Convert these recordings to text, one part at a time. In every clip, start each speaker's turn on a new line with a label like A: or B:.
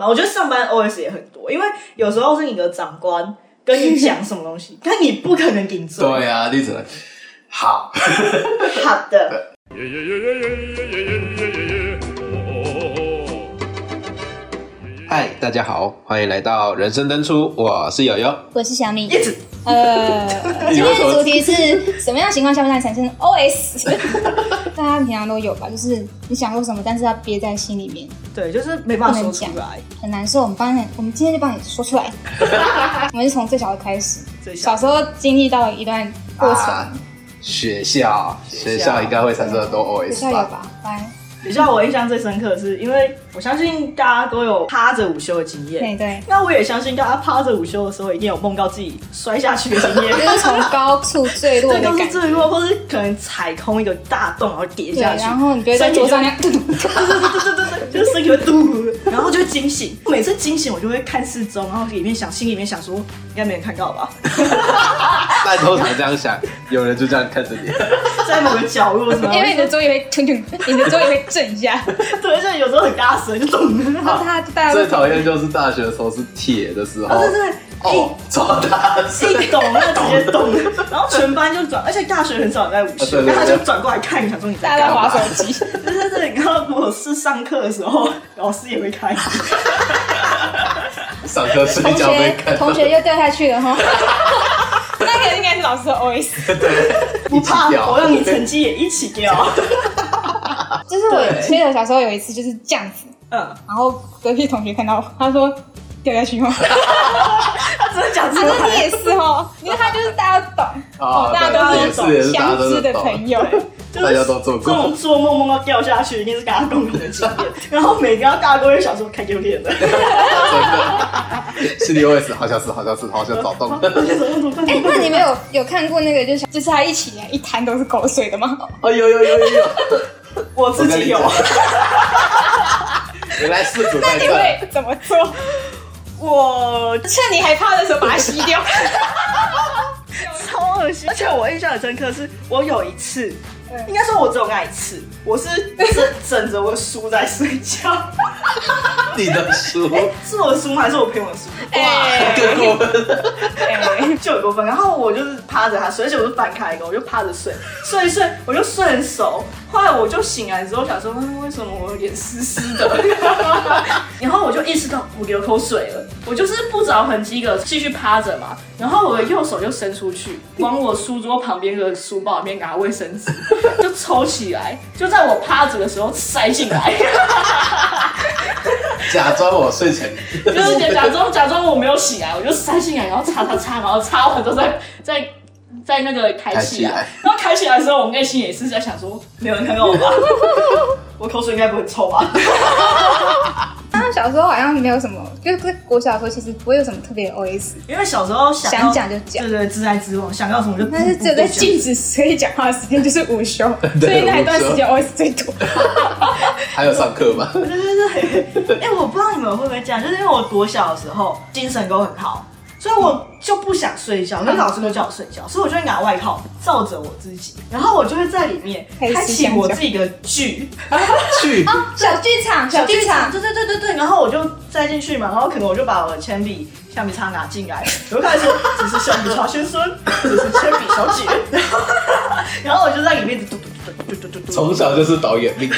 A: 班，我觉得上班 OS 也很多，因为有时候是你的长官跟你讲什么东西，但你不可能顶嘴。
B: 对啊，你只能好，
A: 好的，
C: 耶耶耶耶耶耶耶耶耶耶！哦哦哦！
D: 嗨，大家好，欢迎来到人生登出，我是友友。
E: 我是小米。
A: 叶子
E: 呃，
D: 你
E: 今
D: 为
E: 天
D: 什么
E: 的主题是什么样的情况下会让你产生 OS？大家平常都有吧，就是你想说什么，但是要憋在心里面，
A: 对，就是没办法说出来。
E: 很难受。我们帮你，我们今天就帮你说出来。我们是从最小的开始，
A: 最小
E: 小时候经历到一段过程，
D: 啊学校，
A: 学校
D: 学校应该会产生很多
E: 学
D: OS
E: 校有
D: 吧？
E: 吧？来，
A: 比较我印象最深刻的是，因为我相信大家都有趴着午休的经
E: 对
A: 验。
E: 对，
A: 那我也相信大家趴着午休的时候，一定有梦到自己摔下去的经验。
E: 就是从高处坠落
A: 对，
E: 的
A: 都是
E: 感觉。
A: 坠落，或是可能踩空一个大洞，然后跌
E: 对，
A: 下去，
E: 然后你就会在桌上那样，嘟嘟嘟
A: 就是身体会嘟噜的，然后就会惊醒。每次惊醒，我就会看四周，然后里面想，心里面想说，应该没人看到吧，
D: 但通常这样想，有人就这样看着你。
A: 在某个角落什么，
E: 因为你的桌椅会 咚咚，你的桌椅会震一下，
A: 对，就有时候很大声，就咚。
E: 然后他大家
D: 最
E: 都
D: 讨厌就是大学的时候是铁的时候
A: 对，对
D: 哦，超大声，
A: 对，一懂那直接懂，然后全班就转，而且大学很少人在午休，
D: 啊对对对
A: 然后他就转过来看，想说你
E: 大
A: 在
E: 家
A: 干
E: 在
A: 嘛？
E: 划手机。
A: 对对对，然后我是上课的时候，老师也会 开，
D: 上课睡
E: 同
D: 觉被
E: 学
D: 看到
E: 同学又掉下去了哈。 那个应该是老师的 OS，
A: 不怕
D: 一起掉
A: 我让你成绩也一起 掉。
E: 就是我
A: 对
E: 记得小时候有一次就是这样子，
A: 嗯，
E: 然后隔壁同学看到我，他说掉下去吗？
A: 他真的讲出
E: 他说啊你
A: 来。
E: 也是哦，因为他就是大家都懂，哦
D: 啊，
E: 大家
D: 对
E: 都
D: 也
E: 是
D: 是也是大家
E: 相
D: 都
E: 知
D: 是
E: 的
D: 懂
E: 朋，友。
A: 就是
D: 大家都做
A: 这
D: 过
A: 种。做梦梦到掉下去，一定是跟他共同的经验。然后每个要大哥就想说，看丢脸 了，
D: 真的，心里 OS 好像是，好像是，好像找到了。
A: 就说怎么办？
E: 哎， 那你们有有看过那个就是就是他一起来一滩都是口水的吗？
D: 哦，有有有有有，
A: 我自己有
D: 我，跟原来事主在
E: 你
D: 这。
E: 会怎么做？
A: 我
E: 趁你还趴的时候把它 吸掉。
A: 超恶心。而且我印象很深刻是，我有一次，
E: 嗯
A: 应该说我只有那一次，我是是枕着我的书在睡觉，
D: 你的书，
A: 是我的书吗？还是我朋友的书？
E: 哎
D: 更过分了。
E: 哎
A: 就有过分。然后我就是趴着他睡，而且我是翻开一个，我就趴着睡，睡一睡我就睡很熟。后来我就醒来之后想说，嗯为什么我有点湿湿的？然后我就意识到我流口水了，我就是不着痕迹的继续趴着嘛。然后我的右手就伸出去，往我书桌旁边的书包里面拿卫生纸，就抽起来，就在我趴着的时候塞进来。
D: 假装我睡前，
A: 就是假装假装我没有起来，我就塞进来，然后擦擦擦，然后擦完之后再再再那个开起来。
D: 开起来
A: 然后开起来的时候，我内心也是在想说，没有人看到我吧？我口水应该不会臭吧？
E: 他小时候好像没有什么，就是国小的时候其实不会有什么特别的 OS，
A: 因为小时候想
E: 想讲就讲
A: 对。对，自来自往，想到什么就
E: 但是只有在禁止可以讲话的时间就是午 休，所以那一段时间 OS 最多。
D: 还有上课 吗？
A: 对对对对，哎、我不知道你们会不会这样，就是因为我国小的时候精神都很好，所以我就不想睡觉，因为老师都叫我睡觉，所以我就会拿外套罩着我自己，然后我就会在里面
E: 开始
A: 开启
E: 想
A: 我
E: 讲
A: 自己的剧，
D: 去，
E: 小剧场，
A: 小剧场，，对对对对对，然后我就塞进去嘛，然后可能我就把我的铅笔、橡皮擦拿进来， 我就开始说只是橡皮擦先生，只是铅笔小姐，然后 然后我就在里面一直嘟嘟嘟嘟嘟嘟嘟，
D: 从小就是导演 命。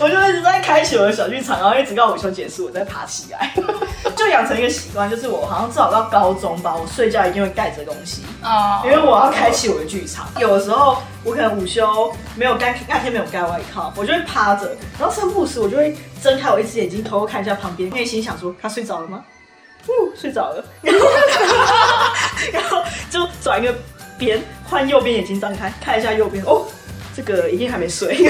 A: 我就一直在开启我的小剧场，然后一直到午休结束，我再爬起来， 就养成一个习惯，就是我好像至少到高中吧，我睡觉一定会盖着东西，
E: 哦
A: 因，为我要开启我的剧场。有的时候我可能午休没有盖，那天没有盖外套，我就会趴着，然后散步时我就会睁开我一只眼睛，偷偷看一下旁边，内心想说他睡着了吗？呜，睡着了， 然后然后就转一个边，换右边眼睛张开，看一下右边，哦，这个一定还没睡。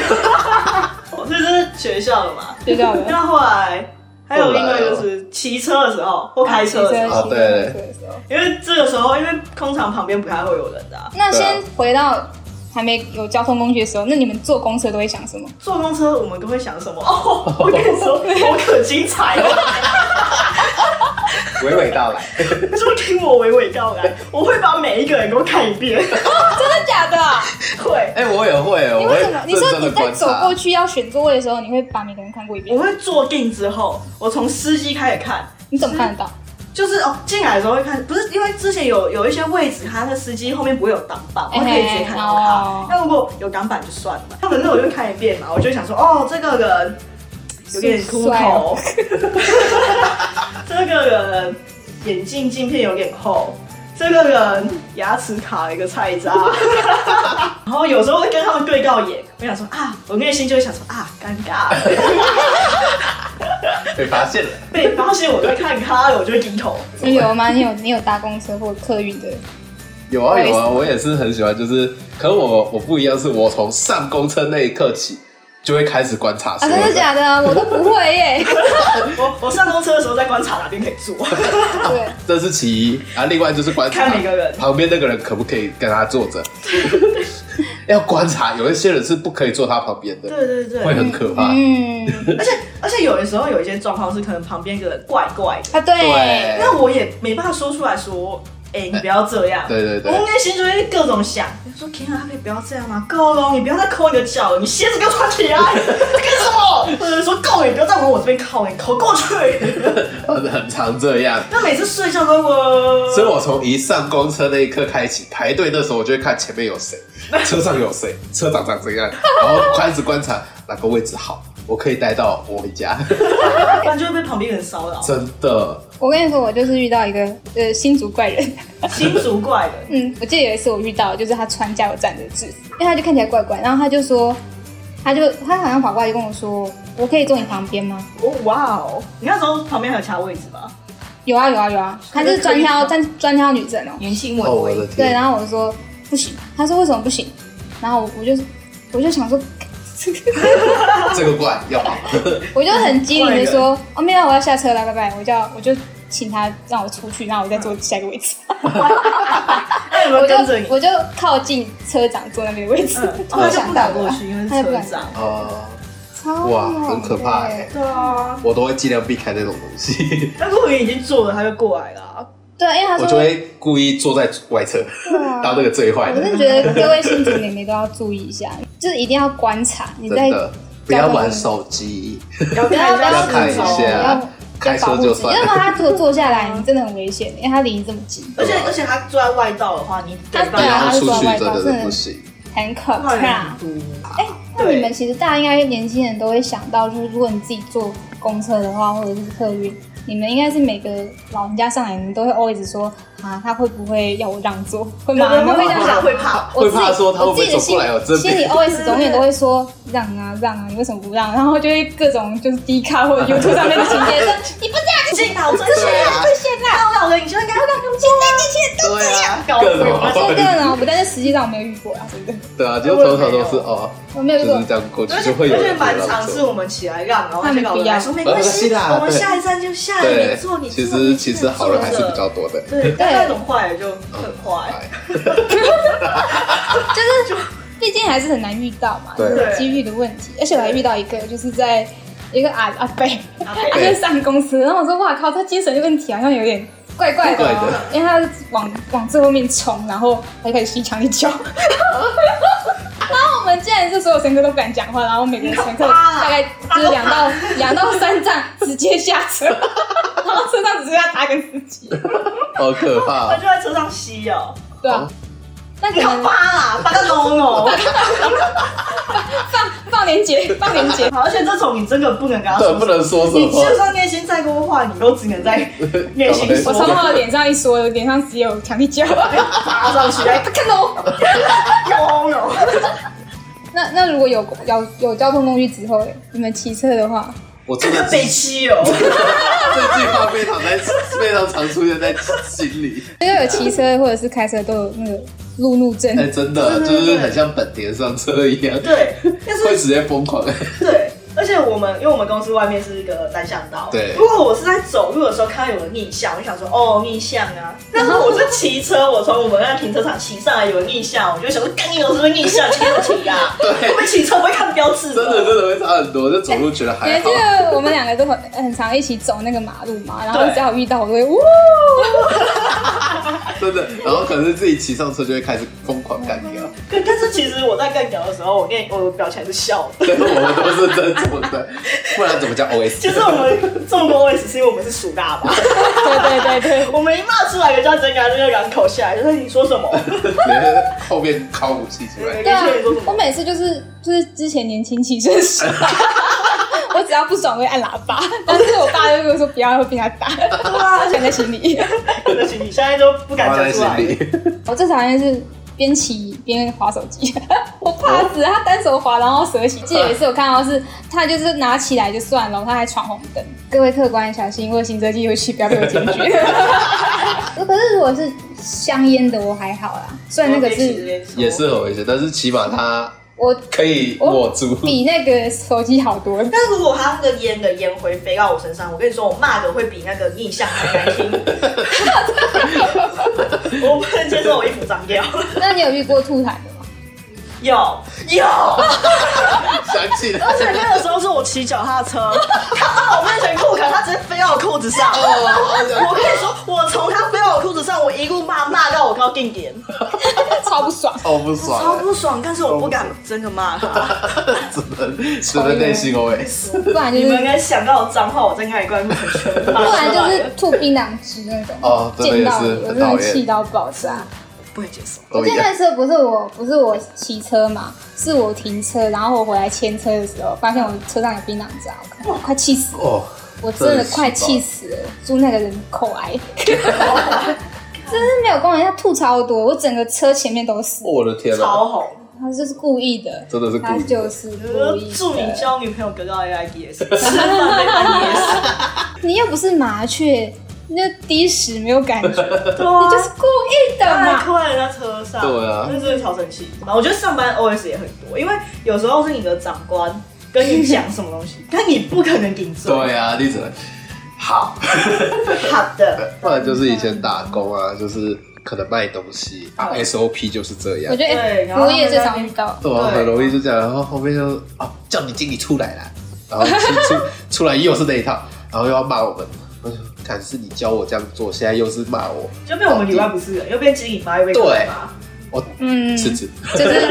A: 哦，这是学校的嘛？
E: 学校的
A: 那后来还有因为就是骑车的时候或开哦车的时候，
E: 哦
D: 啊对
A: 因为这个时候因为通常旁边不太会有人的啊、
E: 那先回到还没有交通工具的时候，那你们坐公车都会想什么？
A: 坐公车我们都会想什么？哦，我跟你说，我可精彩了。
D: 娓娓道 来。
A: 就听我娓娓道来，我会把每一个人都看一遍，
E: 真的假的？
A: 会，
D: 哎、我也会哦，
E: 你
D: 我
E: 为
D: 会
E: 什么？你
D: 认
E: 说
D: 真
E: 你
D: 的
E: 在
D: 观
E: 走
D: 察
E: 过。去要选座位的时候，你会把每个人看过一遍
A: 我？会坐定之后，我从司机开始看，
E: 你怎么看得到？
A: 就是哦，进来的时候会看，不是因为之前有有一些位置，他的司机后面不会有挡板，我可以直接看到
E: 哦
A: 他。那如果有挡板就算了嘛，那反正我就看一遍嘛，我就想说，哦，这个人有点秃
E: 帅
A: 头
E: 哦，
A: 这个人眼镜镜片有点厚，这个人牙齿卡了一个菜渣，然后有时候会跟他们对到眼，我想说啊，我内心就会想说啊，尴尬，
D: 被发现了，
A: 被发现我在看他了，我就会低头。
E: 你有吗？你有你有搭公车或客运的？
D: 有啊有
E: 不好
D: 啊，
E: 意
D: 我也是很喜欢，就是，可是我我不一样，是我从上公车那一刻起就会开始观察所
E: 啊，
D: 有
E: 真的假的？我都不会耶。
A: 我我上公车的时候在观察哪边可以坐，
E: 对，
D: 这是其一，啊，另外就是观察
A: 看每个人
D: 旁边那个人可不可以跟他坐 着，要观察，有一些人是不可以坐他旁边 的，
A: 对对
D: 会
A: 对，
D: 很可怕。
E: 嗯，
A: 而且而且有的时候有一些状况是可能旁边一个人怪怪的，
E: 啊对，
D: 对
A: 那我也没办法说出来说，哎、你不要这样。
D: 对对对
A: 我内心就会各种想，我说天啊，可以不要这样吗？够了，你不要再抠你的脚了，你鞋子给我穿起来， 干什么？或者是说够了，你不要再往我这边靠，你靠过去。
E: 嗯
D: 很很常这样。
A: 那每次睡觉都呃我，
D: 所以我从一上公车那一刻开始排队的时候，我就会看前面有 谁，车上有谁，车长长怎样，然后开始观察哪个位置好，我可以带到我回家。
A: 不然就会被旁边人骚扰，
D: 真的，
E: 我跟你说，我就是遇到一个呃新竹怪人。
A: 新竹怪的，
E: 嗯，我记得有一次我遇到，就是他穿加油站的制服，因为他就看起来怪怪，然后他就说，他就他好像跑过来就跟我说，我可以坐你旁边吗？
A: 哦哇哦，你那时候旁边还有其他位置吗？
E: 有啊有啊有啊，他就是专挑专专挑女生哦、
F: 原性
D: 哦，
F: 我
D: 我的
F: 为，
E: 对，
D: 天，
E: 然后我就说不行，他说为什么不行？然后我我就我就想说，
D: 这个怪要 跑，
E: 我就很机灵的说，哦没有，我要下车了，拜拜，我叫我就请他让我出去，然后我再坐下一个位置，
A: 哎，有没
E: 我
A: 有
E: 就
A: 跟着你？
E: 我就靠近车长坐那边的位置，
A: 嗯，
E: 我
A: 他就
E: 想
A: 不
E: 到
A: 敢
E: 了
A: 过去，因为
E: 他
A: 是
E: 就不
A: 车
E: 敢
A: 长。
D: 哦，
E: 超
D: 哇，
E: 猛
D: 很可怕
E: 的
D: 哎，
A: 对啊，
D: 我都会尽量避开那种东西，
A: 但如果你已经做了，他就过来了啊。
E: 对，因为 他
D: 我
E: 说啊
D: 就会故意坐在外侧，当那个最坏
E: 我真
D: 的，
E: 的觉得各位新竹妹妹都要注意一下，就是一定要观察你在
D: 真的不要玩手机，
A: 要
E: 不要
A: 看一
E: 不
A: 下
E: 要
D: 要看一
A: 四周
E: 不
D: 下开车就
E: 要
D: 算
E: 要不然他如果坐下来，你真的很危险，因为他离你这么近，
A: 而且而且他坐在外道的话，你得
E: 他
A: 把
E: 对啊
D: 然后出去
E: 他
D: 真
E: 是坐在外头
D: 的是不行。
E: 很可
A: 他
E: 怕。那
A: 对
E: 你们其实大家应该年轻人都会想到，就是如果你自己坐公车的话，或者是客运，你们应该是每个老人家上来，你们都会 always 说啊，他会不会要我让座？会吗？你们会这样
A: 怕
E: 想？
A: 会怕，
E: 我自己
D: 会怕说他会
E: 我
D: 不会
E: 自己的
D: 走
E: 心
D: 过来我这边
E: 心里 OS 永远都会说让啊让啊，你为什么不让？然后就会各种就是 D 卡或者 YouTube 上面的情节说你不这样就
A: 进脑真
E: 这些
A: 啊
E: 啦这些啦，
A: 到老人，你就应该让他们进来进去，
D: 对啊，
A: 搞
D: 各种
E: 我说个人啊，我但是实际上我没有遇过啊，真的
D: 对
A: 哎
D: 啊，就从头都是哦，
E: 我没有
D: 就
E: 遇过
D: 是。这样过去
A: 而且
D: 就会有
A: 而且
D: 人
A: 蛮
D: 这样
A: 常是
D: 做。
A: 我们起来让，然后那个老人来说没
D: 没关
A: 关
D: 系
A: 系，
D: 啦
A: 我们
D: 对
A: 下一站就下，哎你
D: 对
A: 坐你，坐。
D: 其
A: 你
D: 实
A: 坐
D: 其实好人还是比较。多 的。
A: 对，但那种坏的就很坏，
D: 哎
E: 毕竟还是很难遇到嘛，
D: 对
E: 就是机遇的问题。而且我还遇到一个，就是在一个阿阿伯，
D: 嗯
A: 阿
E: 他
A: 贝
E: 就上公司，然后我说哇靠，他精神有问题，好像有点怪怪的、
D: 怪
E: 哦
D: 的，
E: 因为他往往最后面冲，然后他就开始吸墙一脚。然后我们竟 然是所有乘客都不敢讲话，然后每个乘客大概就是两到两到三站直接下车， 然后车上只剩下他跟司机，
D: 好可
A: 他
D: 怕
A: 就！在车上吸哦，
E: 对啊
D: 哦，
E: 那可
A: 你好
E: 能
A: 扒啦，扒个龙哦。
E: 放放年节，放年节。
A: 好，而且这种你真的不能跟他
D: 对
A: 说，，
D: 不能说什
A: 你就
D: 么。
A: 算内心再多话，你都只能在内 心
E: 我
A: 说
E: 从他的脸上一说，我脸上只有强力胶。
A: 扒上去，哎，
E: 看到我。
A: 拥有。
E: 那那如果有有有交通工具之后，你们骑车的话，
D: 我真的
A: 北
D: 最
A: 七哦，
D: 近方非常在非常常出现在心 里。
E: 就是有骑车或者是开车都有那个路怒症。
D: 哎，真的就是很像本田上车一样，
A: 对，但
D: 会
A: 是
D: 直接疯狂。
A: 对，而且我们因为我们公司外面是一个单向道，
D: 对
A: 如果我是在走路的时候看到有人逆向，我就想说哦逆向啊。但是我是骑车，我从我们那停车场骑上来有人逆向，我就想说干你有是不是逆向？骑就骑啊！
D: 对
A: 我们骑车不会看标志
D: 真的真的会差很多，就走路觉得
E: 你
D: 还
E: 还
D: 好
E: 记。
A: 哎啊
E: 得我们两个都很很常一起走那个马路嘛？然后
A: 对
E: 只要遇到我都会呜，
D: 真的，然后可能自己骑上车就会开始疯狂干掉。
A: 对，但是其实我在干屌的时候，我面我表情还是笑的。
D: 对，我们都是这种的，不然怎么叫 OS？
A: 就是我们众多 OS 是因为我们是属大 吧，
E: 对对对对，
A: 我们一骂出来，人家真敢就两口下来，就是你说 什么？
D: 连后面靠武器出来，
A: 对
E: 对啊
A: 啊，你说什，
E: 我
A: 么？
E: 每次就是就是之前年轻气盛时，我只要不爽我会按喇叭，但是我爸就跟我说不要，会被他打，我想在心里。
A: 对不起，你现在都不敢
D: 放
A: 讲
D: 在
A: 出
D: 心
A: 来。
D: 里。
E: 我最讨厌是边骑边滑手机， 我怕死。啊他单手滑，然后蛇骑。记得有一次我看到是，他就是拿起来就算了，他还闯红灯。各位客官小心，我有行车记录器，不要被我检举。 可是如果是香烟的，我还好啦，虽然那个是
D: 也是很危险，但是起码它
E: 我
D: 可以握住。
E: 哦比那个手机好多。
A: 但如果他那个烟的烟灰飞到我身上，我跟你说，我骂的会比那个印象还难 听。我不能接受我衣服脏掉。
E: 那你有遇过吐痰的吗？
A: 有有，
D: 想起来
A: 而，且 那个时候是我骑脚踏车，他到我面前裤卡，他直接飞到我裤子上。我跟你说，我从他飞到我裤子上，我一路骂骂到我高定点，
E: 超不爽。
D: 超哦不
A: 超
D: 爽，
A: 不爽。但是我不敢真的骂他。
D: 只能只能内心 OS。
E: 不然就
A: 你们应
E: 是
A: 该想到我脏话，我在那里灌木全骂
E: 不
A: 出来
E: 然就是吐槟榔汁那种。
D: 哦真的
E: 见
D: 也
E: 到
D: 是
E: 你我
D: 很
E: 真的
D: 讨厌
E: 气到爆炸。
A: 不会接受。
D: 都
E: 我
D: 一
E: 记得
D: 样，
E: 那时候不是我，不是我骑车嘛，是我停车，然后我回来牵车的时候，发现我车上有槟榔渣，我看哇，快气死了！
D: 哦，
E: 我真的快气死了，祝那个人口癌， 真是没有功能，他吐超多，我整个车前面都是，
D: 我的天
A: 超
D: 哪！
A: 红。
E: 他就是故意的，
D: 真的是故意
E: 他就是故意
A: 祝你
E: 的。
A: 交女朋友得到 A I D S，吃饭被 I D S，
E: 你又不是麻雀，那滴屎没有感 觉，你
A: 对啊，
E: 就是故意的
A: 太
E: 嘛。
A: 快了在车上，
D: 对啊
A: 那真的超生气。我觉得上班 O S 也很多，因为有时候是你的长官跟你讲什么东 西，但你不可能顶嘴。
D: 对啊，你只能好。
A: 好的，
D: 不然就是以前打工啊，就是可能卖东西啊，SOP 就是这
E: 我
D: 样。
E: 觉
A: 对
E: 得
A: 然后
E: 服务业最
A: 他
E: 常
A: 们
E: 遇到，
D: 对啊，
A: 对
D: 很容易就这样，然后后面就啊叫你经理出来啦，然后出出出来又是那一套，然后又要骂我们，我就看是你教我这样做，现在又是骂我，
A: 就被我们里外不是人，又被经理骂，又被客人骂。
D: 我
E: 嗯，
D: 辞职，
E: 就是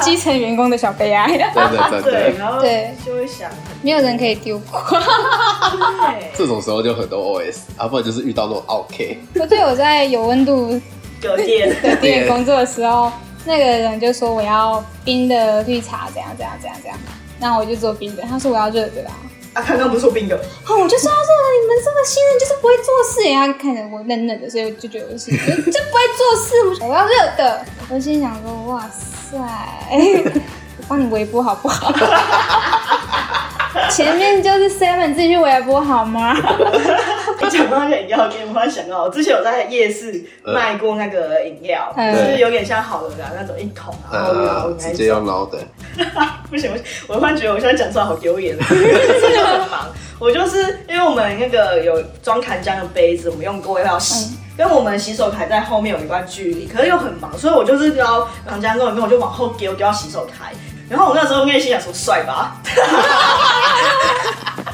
E: 基层员工的小悲哀，
D: 真的 真
A: 对，
D: 的，
A: 然后
E: 对
A: 就会想，哎
E: 没有人可以丢过。
A: 对，
D: 这种时候就很多 OS，啊，不然就是遇到那种 OK，
E: 我对我在有温度
A: 隔天
E: 的店工作的时候，那个人就说我要冰的绿茶，怎样怎样怎样怎样，然后我就做冰的，他说我要热的啦。
A: 啊，刚刚不是说病友，
E: 哦，我就说他说你们这个新人就是不会做事耶，他看着我嫩嫩的，所以我就觉得我是就不会做事，我说我要热的。我心想说，哇塞，我帮你微波好不好？前面就是 seven 自己去微波好吗？
A: 你讲到那个饮料店，我突然想到，我之前有在夜市
D: 呃
A: 卖过那个饮料，
E: 嗯
A: 就是有点像好了啦那种一桶，然后然后
D: 呃，直接要捞的，
A: 不行不行，我突然觉得我现在讲出来好丢脸，真的很忙。我就是因为我们那个有装砍浆的杯子，我们用锅要洗，跟我们洗手台在后面有一段距离，可是又很忙，所以我就是要砍浆之后，我就往后丢丢到洗手台。然后我那时候内心想说帅吧，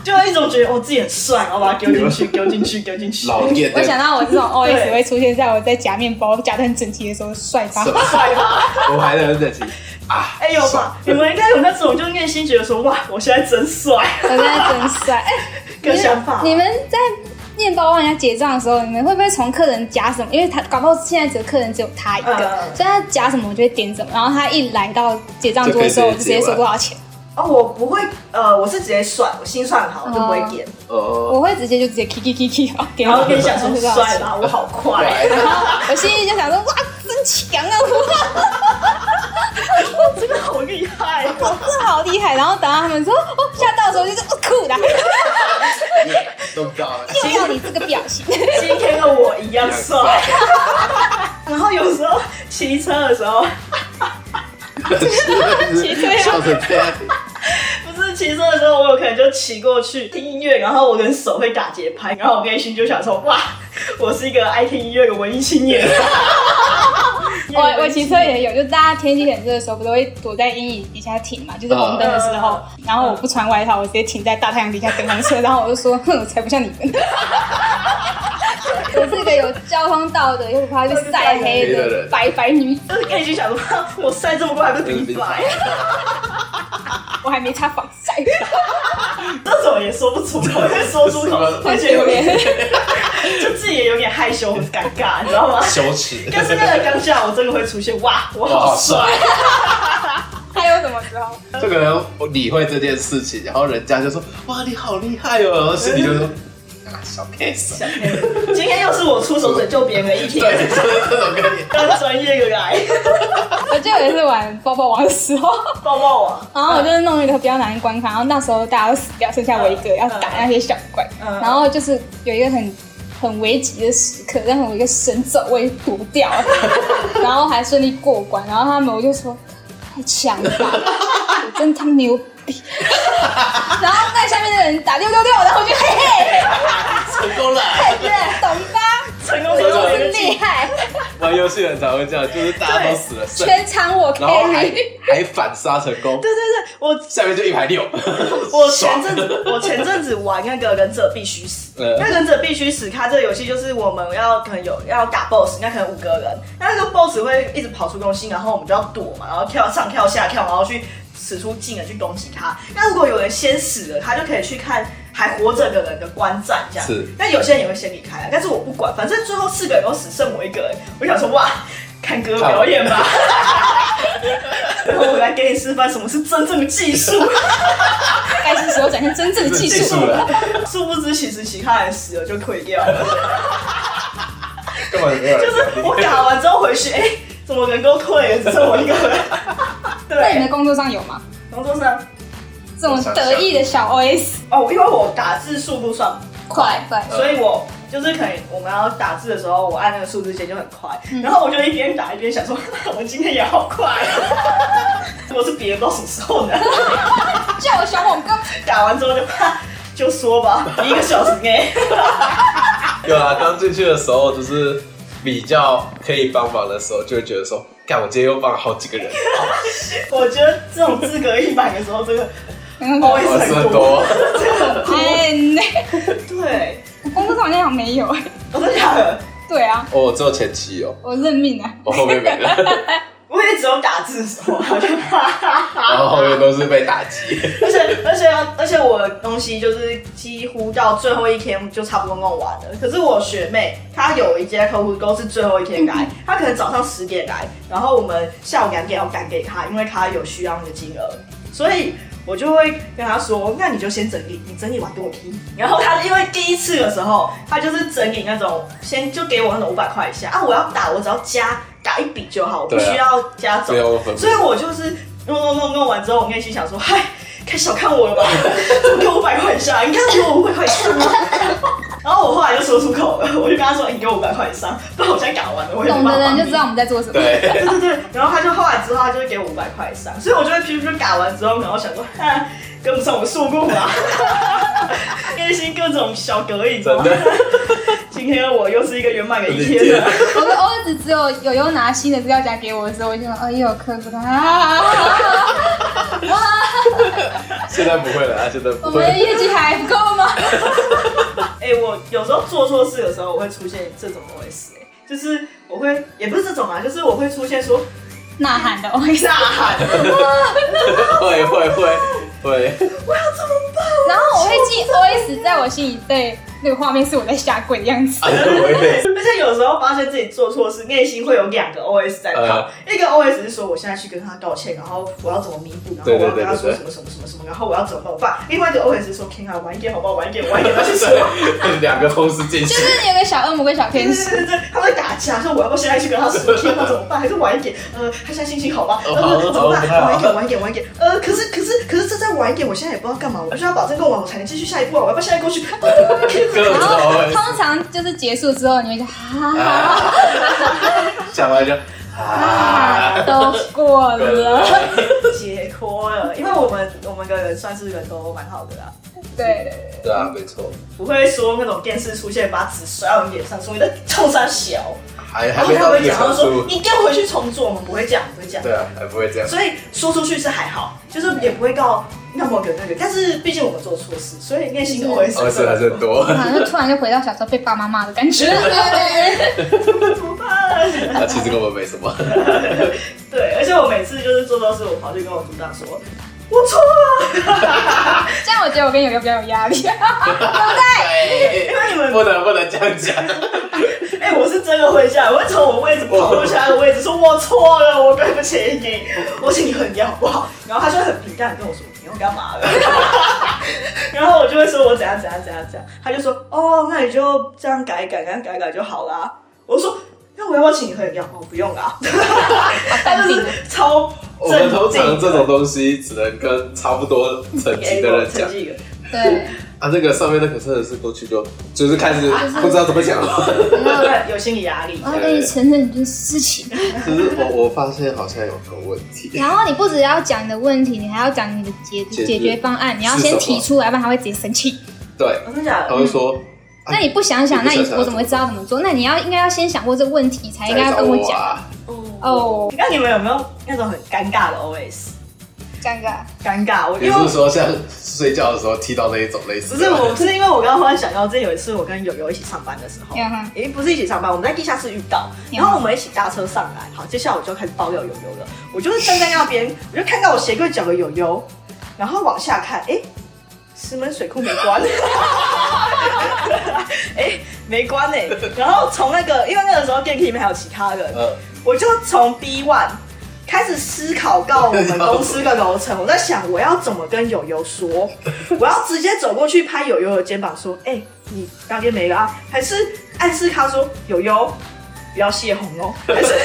A: 就一种觉得哦我自己很帅，然后把它丢进去，丢进去，丢进去，
D: 老练
E: 我想
D: 的，
E: 到我这种 OS
A: 对
E: 会出现在我在夹面包夹得很整齐的时候，帅吧
D: 什？么
A: 帅吧。
D: 我还能忍起啊，
A: 哎、有吧？你们应该有那种就内心觉得说哇，我现在真 帅
E: 我真的真帅！哎、
A: 的想法。
E: 你们在面包帮人家结账的时候，你们会不会从客人夹什么？因为他搞不好现在只有客人只有他一个，
A: 嗯
E: 所以他夹什么我就会点什么。然后他一来到结账桌的时候，我就
D: 就
E: 直
D: 可以
E: 接
D: 直接
E: 说多少钱，
A: 哦，我不会，呃，我是直接算，我心算好，我就不会点。
D: 呃，
E: 我会直接就直接 k k k k 好点
A: 然
E: 我
A: 后哦跟你想说
E: 多少
A: 帅
E: 钱。
A: 吧，我好快。
D: 来
E: 我心里就想说哇，真强啊！
A: 这个好厉害哦！
E: 我这好厉害。然后等到他们说哦吓到的时候，就是哦酷啦，
D: 都到啊了，
E: 又要你这个表情。
A: 今天的我一样帅。 然后有时候骑车的时候，
D: 笑成这样，啊
A: 不是骑车的时候，我有可能就骑过去听音乐，然后我跟手会打节拍，然后我内心就想说，哇，我是一个爱听音乐的文艺青 年。
E: 我我骑车也有，就大家天气很热的时候，不都会躲在阴影底下停嘛，就是红灯的时候。
A: 嗯
E: 然后我不穿外套，我直接停在大太阳底下等红车，然后我就说，哼，我才不像你们。 我是一个有交通道德又不怕被
D: 又
E: 晒黑
D: 不怕晒黑的
E: 的
D: 人
E: 白白女子，
A: 呃就是内心想说，哈我晒这么多还不是比白？
E: 我还没擦防晒，
A: 这种也说不出口，因为说出口会觉得有点，就自己也有点害羞，很尴尬，你知道吗？
D: 羞耻。
A: 但是那个当下，我真的会出现，哇，我
D: 我
A: 好
D: 好
A: 帅
D: 帅！
E: 还有什么时候？
D: 这个人理会这件事情，然后人家就说：“哇，你好厉害哦！”然后心里就说：“啊，小 case。
A: 想黑今天又是我出手拯救别人的一”天，
D: 对，就是这种概念。
A: 当专业的来
E: 我记得有一次玩抱抱王的时候，
A: 抱抱我。
E: 然后我就是弄一个比较难的关卡，然后那时候大家都死掉，剩下我一个要打那些小怪，
A: 嗯
E: 然后就是有一个很很危急的时刻，但是我一个神走我也躲掉了，然后还顺利过关，然后他们我就说太强了吧，我真他妈牛逼，然后在下面的人打六六六，然后我就嘿嘿，
D: 成功了。
E: 对，懂吧？
A: 成功拯救
E: 就
A: 别
E: 是
A: 人的
E: 厉
A: 一
E: 害，
D: 玩游戏的人才会这样，就是大家都死了，剩
E: 全场我
D: 然后还
E: carry，
D: 还反杀成功，
A: 对对对，我
D: 下面就一排六。
A: 我前阵子我前阵子玩那个忍者必须死，
D: 呃
A: 那忍者必须死，它这个游戏就是我们要可能有要打 BOSS，那可能五个人，那那个 BOSS 会一直跑出东西，然后我们就要躲嘛，然后跳上跳下跳，然后去使出技能去攻击他。那如果有人先死了，他就可以去看还活着的人的观战这样。
D: 是
A: 但有些人也会先离开啊，但是我不管，反正最后四个人都死，剩我一个人，我想说哇，看哥表演吧。然 后我来给你示范什么是真正的技术。
E: 该是时候展现真正的技
D: 技
E: 术
D: 术了，
A: 殊不知，其实其他人死了就退掉了。
D: 根本没有
A: 就
D: 人
A: 是我打完之后回去，哎、怎么人都退了，只剩我一个人。
E: 在你
A: 对
E: 们，工作上有吗？
A: 工作上，
E: 这种得意的小 OS，
A: 哦，因为我打字速度算
E: 快快
A: 所以我就是可能我们要打字的时候，我按那个数字键就很快，
E: 嗯
A: 然后我就一边打一边想说， 我今天也好快、啊。 我是别人不知道什么时候呢，
E: 叫我小猛哥，
A: 打完之后就啪就说吧，一个小时内。
D: 有啊，刚进去的时候就是比较可以帮忙的时候，就会觉得说，看我今天又帮了好几个人，
A: 我觉得这种资格一百的时候，真的
E: 嗯，
A: 不好意思
D: 我是
A: 很
D: 很
A: 多
D: 多。
E: 哎，那
A: 对，
E: 我工作上好像没有哎，
A: 我真的假的？
E: 对啊，
D: 哦，我只有前期有，
E: 我认命啊，
D: 我后面没了，
A: 我也只有打字的时候，我 就
D: 然后后面都是被打击。
A: 而且而且要而且我的东西就是几乎到最后一天就差不多弄完了。可是我学妹她有一些客户都是最后一天
D: 嗯
A: 来，她可能早上十点来，然后我们下午两点要赶给她，因为她有需要那个金额，所以。我就会跟她说，那你就先整理，你整理完给我听。然后她因为第一次的时候，她就是整理那种，先就给我那种五百块以下啊，我要打，我只要加打一笔就好，我不
D: 对啊
A: 需要加总
D: 没。有分
A: 所以我就是弄弄弄弄完之后，我内心想说，嗨，太小看 我了吧？怎么给我五百块以上？你看给我五百块以上 吗？然后我后来就说出口了，我就跟他说，你给我五百块以上， 不然我现在打完了，我也没
E: 懂
A: 办法
E: 的人
A: 帮
E: 就
A: 你
E: 知道 我们在做什么。
D: 对，
A: 对对对，然后他就后来之后，他就会给我五百块以上，所以我就会皮皮就打完之后，然后想说，哈，跟不上我的速度啦， 内心各种小隔影。
D: 真的，
A: 今天我又是一个圆满的一天了。
E: 我的 OS 只有有有拿新的资料夹给我的时候，我就说，哦，又有客服了啊，
D: 现在不会了，啊，现在
E: 我
D: 不
E: 们的
D: 会。
E: 业绩还不够吗？
A: 哎、我有时候做错事的时候，我会出现这种 OS，、哎，就是我会也不是这种啊，就是我会出现说
E: 呐喊的 OS，
A: 呐喊，
D: 会会会会，
E: 然后我会记 OS 在我心里对那个画面是我在下跪的样子。
D: 啊，我也
A: 而且有时候发现自己做错事，内心会有两个 OS 在跑，一个 OS 是说我现在去跟他道歉，然后我要怎么弥补，然后我要跟他说什么什么什么什么，然后我要怎么办；另外一个 OS 是说天啊，晚一点好不好，晚一点，晚一点要去说。
D: 对，两个同时进
E: 就
D: 行。
E: 是有个小恶魔跟小
A: 对对
E: 天使，
A: 对对，他会打架，说我要不要现在去跟他说，天哪，怎么办？还是晚一点？呃，他现在心情好
D: 哦
A: 吗？呃，怎么办？晚一点，晚一点，晚一点。呃，可是可是可是这再晚一点，我现在也不知道干嘛，我必须要保证够晚，我才能继续下一步啊！我要不要现在过去？
D: 各
E: 然
D: 种
E: 后
D: OS
E: 通常就是结束之后，你会就哈哈哈哈。
D: 啊，讲完就
E: 啊，都过了。
A: 解脱了，因为我们我们个人算是人都蛮好的啦，
E: 对，
D: 对啊，没错，
A: 不会说那种电视出现把纸摔到你脸上，说你在冲山小，
D: 还
A: 然
D: 还
A: 后
D: 没
A: 他
D: 到
A: 们
D: 这个
A: 讲到
D: 程
A: 说
D: 度
A: 你，一定要回去重做，我们不会这样，不会这样。
D: 对啊，还不会这样。
A: 所以说出去是还好，就是也不会告那么个那个，但是毕竟我们做错事，所以内心都会
D: 二
A: 受
D: 十还哦是很啊多，
E: 好像突然就回到小时候被爸妈骂的感觉。
A: 怎么办？
D: 那其实根本没什么。
A: 对，而且我每次就是做错事，我跑去跟我组长说，我错了，
E: 这样我觉得我跟友友比较有压 力。
A: 因为你们
D: 不能不能这样讲，
A: 哎、我是真的会下来，我会从我位置跑过去他的位置，说我错了，我对不起你，我请你很你好不好？然后他就会很平淡地跟我说你要干嘛 了，然后我就会说我怎样怎样怎样怎样，他就说哦，那你就这样改一改，这样改一改就好啦。我就说那我要不要请你喝饮料？哦，不用啦，他就是超
D: 我
A: 镇
D: 们
A: 定
D: 通常这种东西只能跟差不多层级的人讲
A: 成绩的
E: 对，
D: 啊。那个上面那个真的是过去就就是开始不知道怎么讲了。
E: 然后
A: 对，有心理压力
E: 我。要跟你啊承认一件事情，
D: 可是我我发现好像有个问题，
E: 然后你不只要讲你的问题，你还要讲你的解
D: 解决
E: 解决方案，你要先提出来，不然他会直接生气。
D: 对，
A: 哦真的假
D: 他
A: 的？
D: 会说
E: 嗯那你不想想，
D: 你不
E: 那你
D: 想想
E: 我怎么会知道怎么做？那你要应该要先想过这个问题，才应该
D: 哎来
E: 要
D: 找
E: 跟我
D: 我
E: 讲。
D: 啊，
E: 哦，
A: 那你们有没有那种很尴尬的 OS？
E: 尴 尬，
A: 尴尬，我
D: 你
A: 因为
D: 是说像睡觉的时候踢到那一种类似
A: 不
D: 的？
A: 是 我，是因为我刚刚忽然想到，之前有一次我跟友友一起上班的时候，
E: 嗯哼嗯
A: 诶，不是一起上班，我们在地下室遇到，然后我们一起搭车上来，好，接下来我就开始爆料友友了。我就是站在那边，我就看到我鞋柜角的友友，然后往下看，诶，石门水库没关， 诶，没关哎、然后从那个，因为那个时候电梯里面还有其他人，
D: 呃，
A: 我就从 B one 开始思考到我 们公司的楼层，我在想我要怎么跟友友 说，我要直接走过去拍友友的肩膀说：“哎、你那边没了啊？”还是暗示他说：“友友，不要泄洪哦。”还是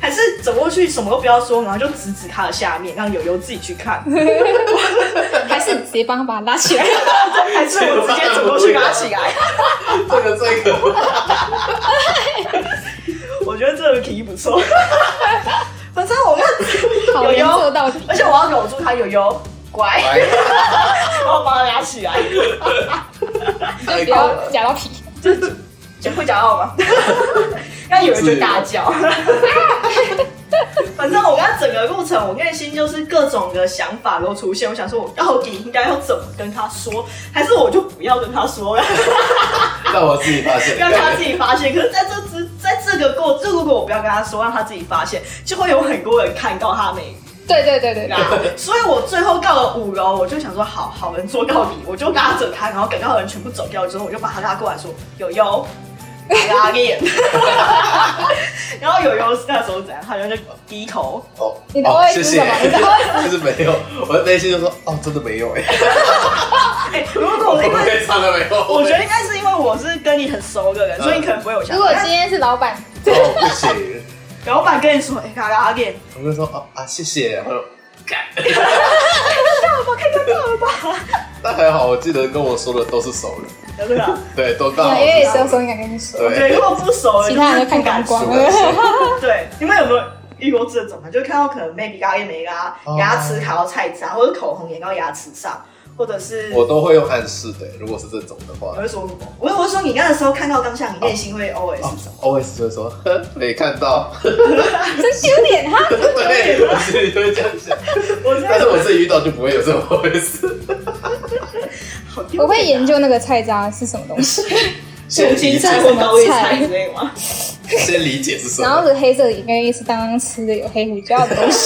A: 还是走过去什么都不要说，然后就指指他的下面，让友友自己去看。
E: 还是你直接帮他把他拉 起
D: 哎
E: 来？
A: 还是我直接走过去跟他起来？
D: 这个 最可怕。
A: 我觉得这个提议不 错。反正我
E: 好
A: 看友
E: 人做
A: 友，
E: 到底。
A: 而且我要搂住他友友，乖。然后把它拉起来，
D: 哎
E: 就不要假到皮。
A: 就会讲到 吗？那有人就大叫。反正我刚刚整个路程，我内心就是各种的想法都出现。我想说，我到底应该要怎么跟他说，还是我就不要跟他 说了，
D: 让我自己发现，
A: 让他自己发现。可是在这之，在这个过，就如果我不要跟他说，让他自己发现，就会有很多人看到他没
E: 对对对对对
A: 拉。所以我最后到了五楼，我就想说，好好人做到底，我就拉着他，然后等到人全部走掉之后，我就把他拉过来说，友友，拉链。然后友友是那时候怎样，他就就低头，
D: 哦，
E: 你的
D: 哦
E: OS
D: 谢
E: 是
D: 谢
E: 什么你的，
D: 就是没有，我内心就说哦，真的没 有哎，
A: 哎、如果
D: 我
A: 因为
D: 也唱的没有，
A: 我觉得应该是因为我是跟你很熟的人，所以你可能不会有想
E: 如
A: 法。
E: 果今天是老板，
D: 哦不行，
A: 但老板跟你说，哎、拉拉链，
D: 我就说哦啊谢谢，然后干，那还好，我记得跟我说的都是熟人，
A: 对吧？
D: 对，都
E: 对
D: 刚好
E: 因为
D: 是
E: 有时候应该跟你说，
A: 对，
D: 对
A: 如，果不熟的，
E: 其他人都看
A: 不敢
E: 光光
A: 说。
E: 了。
A: 对，你们有没有遇过这种啊？就看到可能 maybe 拉链没拉，
D: 哦
A: 牙齿卡到菜渣，或者口红粘到牙齿上，或者是
D: 我都会用暗示的，如果是这种的话
A: 我。会说什么？我我会说你那个时候看到当下，你内心会 always
D: 哦
A: 什么？
D: ，always 就会说 呵没看到，
E: 真有点 哈。
D: 对，我心里就会这样 想，
A: 我真
D: 但是
A: 的
D: 我自己遇到就不会有这种 always。
A: 好丢脸啊
E: 我会研究那个菜渣是什么东西，
A: 五
D: 先
A: 星
D: 理解，
A: 菜或高丽菜之类吗？
D: 先理解是什
E: 然后
D: 么？
E: 是黑色的，应该是刚刚吃的有黑胡椒的东 西。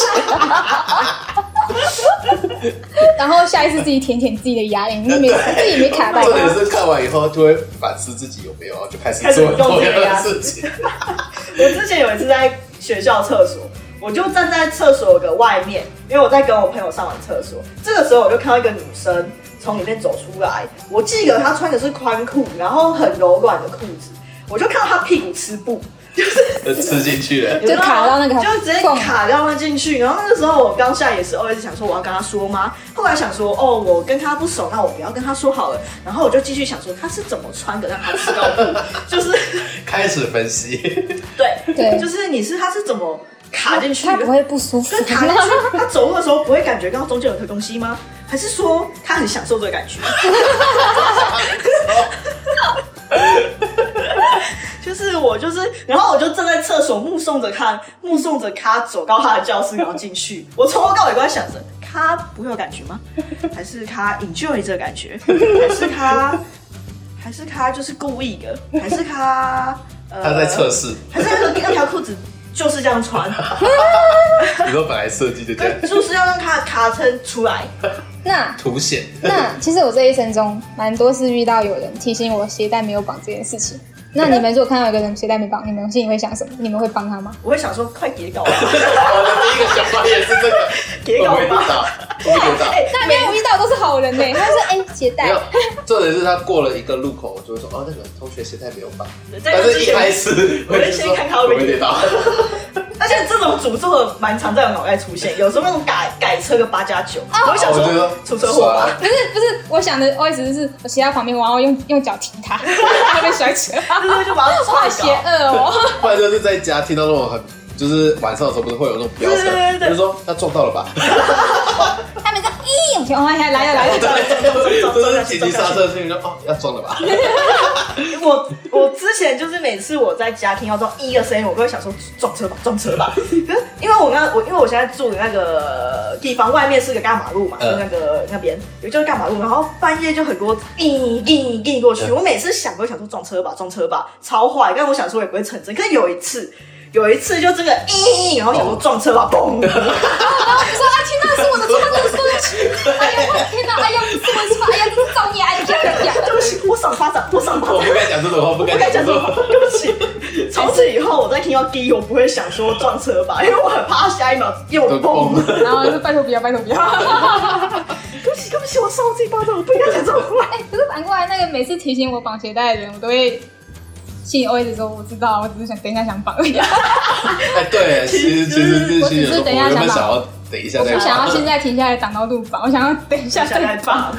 E: 然后下一次自己舔舔自己的牙龈， 没自己没卡到。
D: 重点是看完以后就会反思自己有没有，然后就开始
A: 开始
D: 做同
A: 用这
D: 样
A: 个呀
D: 的事情。
A: 我之前有一次在学校厕所，我就站在厕所的外面，因为我在跟我朋友上完厕所。这个时候我就看到一个女生从里面走出来，我记得她穿的是宽裤，然后很柔软的裤子，我就看到她屁股吃布，
D: 吃进去了。
E: 就卡到那个
A: 啊就直接
E: 缝
A: 卡掉了进去。然后那个时候我刚下也是 always 想说我要跟他说吗？后来想说哦，我跟他不熟，那我不要跟他说好了。然后我就继续想说他是怎么穿的让他吃到布， 就是
D: 开始分析，
A: 对
E: 对
A: 就是你是他是怎么卡进去
E: 它
A: 的？
E: 不会不舒服
A: 跟。卡进去，他走路的时候不会感觉到中间有个东西吗？还是说他很享受这个感觉？就是我就是，然后我就站在厕所目送着看，目送着他走到他的教室，然后进去。我从头到尾都在想着，他不会有感觉吗？还是他 enjoy 这个感觉？还是他，还是他就是故意的？还是他呃，
D: 他在测，试。
A: 还是那个那条裤子就是这样穿？
D: 你说本来设计就这样
A: 就是要让他的卡称出来。
E: 那
D: 凸 显，
E: 那其实我这一生中蛮多次遇到有人提醒我鞋带没有绑这件事情。那你们如果看到有个人鞋带没绑，你们心里会想什么？你们会帮他吗？
A: 我会想说，快叠稿吧，
D: 我的第一个想法也是这个，
A: 叠
D: 我
A: 稿
D: 没遇
A: 吧。
D: 到，我没遇到。
E: 那没有遇到都是好人呢、他说：“哎、鞋带
D: 没有，重点是他过了一个路口，我就会说哦，那个同学鞋带没有绑。
A: 在
D: 但
A: 这
D: 是
A: 之
D: 一开
A: 前，
D: 始
A: 我就先看他会
D: 我
A: 不会
D: 没
A: 跌
D: 跌倒，
A: 而且这种诅咒的蛮常在我脑袋出现，有时候那种改改车个八加九，我会想
D: 我觉
A: 说
D: 得
A: 出车祸吧。
E: 不是不是，我想的 always 是我骑在旁边，然后用用脚踢他，他被摔起来。
A: 就是会就把它
E: 我好
A: 踹
E: 邪
A: 倒。
E: 恶哦！
D: 不然就是在家听到那种很，就是晚上的时候不是会有那种飙
A: 对对对
D: 车，
A: 对
D: 就是说他撞到了吧，
E: 他们在咦，我天，哇，来了来了，
D: 就是紧急刹车，心里就哦要撞了吧，
A: 我我之前就是每次我在家听到这种一的声音，我都会想说撞车吧，撞车吧。可是因为我刚我因为我现在住的那个地方外面是个大马路嘛，
D: 嗯
A: 就那个那边有就是大马路，然后半夜就很多滴滴滴过去。
D: 嗯
A: 我每次想都想说撞车吧，撞车吧，超坏。但我想说也不会成真。可是有一次。有一次就真的，咦，然后想说撞车吧， 嘣！
E: 你说啊，天哪，是我的错，这是我的错，哎呀，我的天哪，哎呀，是我的错，哎呀，这是造孽，哎呀哎呀，
A: 对不起，我赏巴掌，我赏巴掌
D: 我。不该讲这种话，不
A: 我
D: 该
A: 跟你讲
D: 讲这
A: 说
D: 种话，，
A: 对不起，从此以后我在听到 D，我不会想说撞车吧，因为我很怕下一秒又
D: 都
A: 崩。
D: 崩了。
E: 然后就拜托不要，拜托不要。
A: 对不起，对不起，我扇我自己巴掌，我不应该讲这种话。
E: 哎，可是反过来，那个每次提醒我绑鞋带的人，我都会心里 always 说，我知道，我只是想等一下想绑而已，
D: 哎，对，其实其实是
E: 我
D: 其
E: 只
D: 实
E: 是
D: 我
E: 等一下
D: 原本
E: 想把
D: 想要等一下再
E: 不想要
D: 讲，
E: 现在停下来挡到路绑，我想要等一下
A: 想
E: 再
A: 来 吧，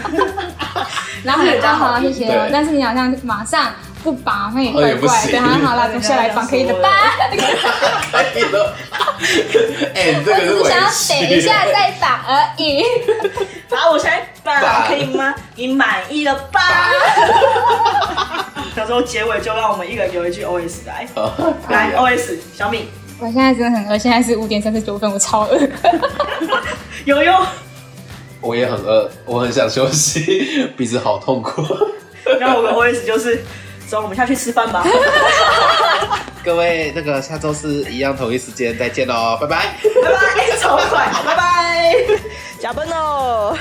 E: 然后人家好啊，谢谢哦
D: 对。
E: 但是你好像马上不绑，好像也
D: 哦
E: 怪
D: 也不
E: 怪。
D: 行
E: 对，好好啦，等下来绑可以的 吧？
D: 可以了。哎，你这
E: 我
D: 个是
E: 只
D: 委
E: 是
D: 屈
E: 想要等一下再绑而已。
A: 然后我现在吧，可以吗？你满意了吧？到时候结尾就让我们一人留一句 OS 来，
D: 好可以
A: 来
D: 啊
A: OS 小敏
E: 我现在真的很饿，现在是五点三十九分，我超饿。
A: 悠悠，
D: 我也很饿，我很想休息， 鼻子好痛苦。
A: 然后我的 OS 就是，走，我们下去吃饭吧。
D: 各位，那个下周四一样同一时间再见喽，拜拜。
A: 拜拜，超快，拜拜，加班喽。